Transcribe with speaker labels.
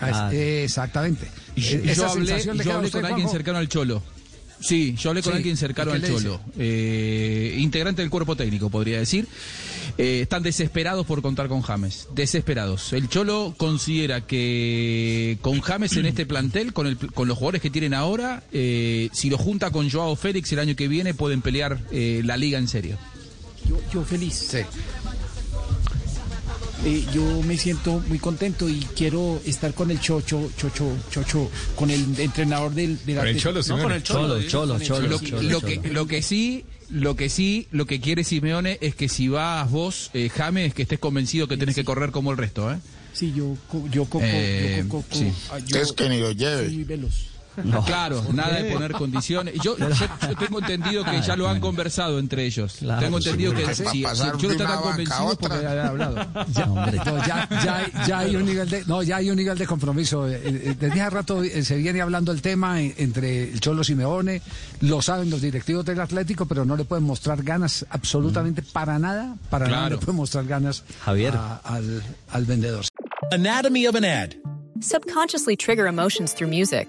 Speaker 1: Ah, eh, Exactamente. Eh,
Speaker 2: Yo,
Speaker 1: Esa
Speaker 2: yo hablé,
Speaker 1: sensación le
Speaker 2: yo
Speaker 1: queda a
Speaker 2: hablé
Speaker 1: usted,
Speaker 2: con alguien
Speaker 1: Juanjo.
Speaker 2: cercano al Cholo. Sí, yo hablé con
Speaker 1: Sí,
Speaker 2: alguien cercano
Speaker 1: ¿y qué
Speaker 2: al
Speaker 1: le dice?
Speaker 2: Cholo. Eh, integrante del cuerpo técnico, podría decir. Eh, están desesperados por contar con James. Desesperados. El Cholo considera que con James en este plantel, con, el- con los jugadores que tienen ahora, eh, si lo junta con Joao Félix el año que viene, pueden pelear eh, la liga en serio.
Speaker 3: Yo, yo feliz.
Speaker 1: Sí.
Speaker 3: Eh, yo me siento muy contento y quiero estar con el Chocho, Chocho, Chocho, con el entrenador del, del
Speaker 4: Con el Cholo,
Speaker 3: no, con
Speaker 4: Simeone.
Speaker 3: el Cholo,
Speaker 4: Cholo,
Speaker 3: digo, con
Speaker 4: Cholo,
Speaker 3: el
Speaker 4: Cholo,
Speaker 2: Lo,
Speaker 3: sí.
Speaker 4: Cholo,
Speaker 2: lo que, lo que sí, lo que sí, lo que quiere Simeone es que si vas vos, eh, James, que estés convencido que tenés que correr como el resto, ¿eh?
Speaker 3: Sí, yo, co- yo coco,
Speaker 2: Eh,
Speaker 3: yo coco,
Speaker 2: sí.
Speaker 3: ah, yo
Speaker 5: Es que ni lo lleve.
Speaker 3: soy muy veloz.
Speaker 2: claro, nada de poner condiciones. Yo, yo- yo tengo entendido que ya lo han conversado entre ellos.
Speaker 4: Claro.
Speaker 2: tengo entendido que
Speaker 5: Para
Speaker 2: si, si
Speaker 5: pasar
Speaker 2: yo
Speaker 5: de
Speaker 2: está
Speaker 5: una
Speaker 2: tan
Speaker 5: banca a
Speaker 2: convencido es porque
Speaker 5: otra.
Speaker 2: había hablado.
Speaker 1: Ya, no, ya, ya- ya hay un nivel de, no, ya hay un nivel de compromiso. Eh, eh, Desde hace rato eh, se viene hablando el tema eh, entre el Cholo Simeone, lo saben los directivos del Atlético, pero no le pueden mostrar ganas absolutamente para nada, para nada
Speaker 2: Claro.
Speaker 1: le pueden mostrar ganas
Speaker 4: Javier.
Speaker 1: a- al, al vendedor.
Speaker 6: Anatomy of an ad.
Speaker 7: Subconsciously trigger emotions through music.